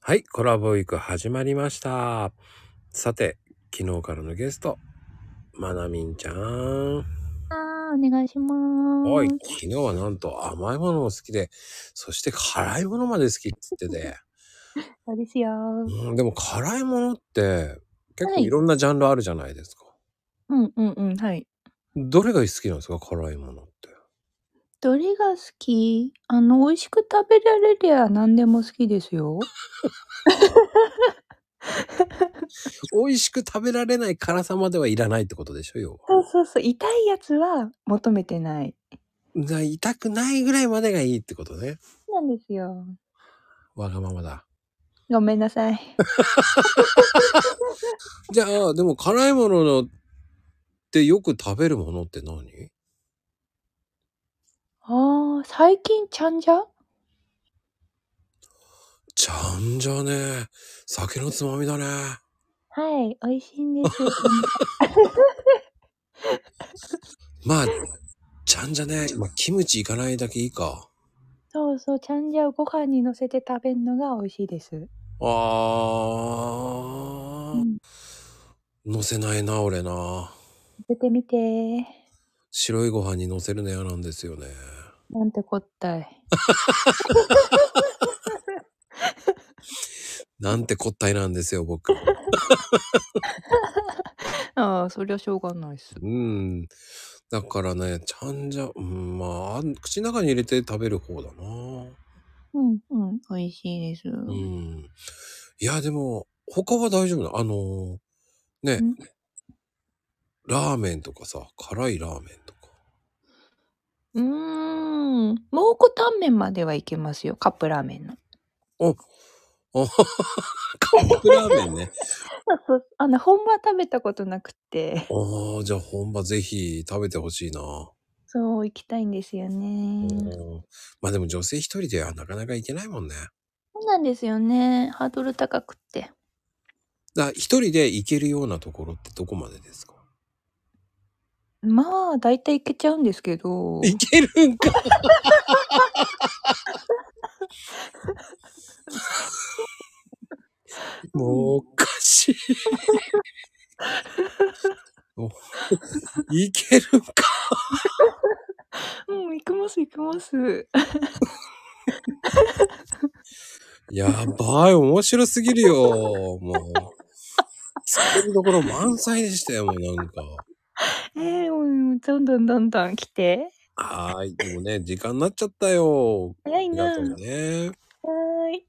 はい、コラボウィーク始まりました。さて、昨日からのゲスト、まなみんちゃん。あー、お願いしまはい、ーす。昨日はなんと甘いものも好きで、そして辛いものまで好きって言ってて、そうですよー。うん、でも辛いものって結は構いい。ろんなジャンルあるじゃないですか。うんうんうん、はい。どれが好きなんですか辛いものって。どれが好きあの、美味しく食べられりゃ何でも好きですよ。美味しく食べられない辛さまではいらないってことでしょ、要は。そうそうそう。痛いやつは求めてない。じゃあ痛くないぐらいまでがいいってことね。そうなんですよ。わがままだ。ごめんなさい。じゃあ、でも辛いもののってよく食べるものって何あー、最近ちゃんじゃちゃんじゃね。酒のつまみだね。はい、美味しいんです。まあ、ちゃんじゃね。まあ、キムチいかないだけいいか。 そうそう、ちゃんじゃをご飯に乗せて食べるのが美味しいです。うあー。ん。乗せないな、俺な。出てみてー。白いご飯に乗せるの嫌なんですよね。なんてこった い。なんてこったいなんですよ、僕。 ああ、そりゃしょうがないっす。うん。だからね、ちゃんじゃ、うん、まあ、あん口の中に入れて食べる方だな。うんうん、美味しいです。うんん。いや、でも、他は大丈夫だ。あのね、ラーメンとかさ、辛いラーメンとか。うーん。蒙古タンメンまではいけますよ。カップラーメンの。お、お、カップラーメンね。そうそう。あの、本場食べたことなくて。ああ、じゃあ本場ぜひ食べてほしいな。そう、行きたいんですよね。うんまあでも女性一人ではなかなか行けないもんね。そうなんですよね。ハードル高くって。だから一人で行けるようなところってどこまでですかまあ、だいたい行けちゃうんですけど。行けるんか。うもん。うおかしい。お行けるんか。うん、行きます、行きます。やばい、面白すぎるよ。もう、作りどころ満載でしたよ、もうなんか。ええうんどんどんどんどん来て。はーい、でもね、時間になっちゃったよ。早いありがとうな。ね。はーい。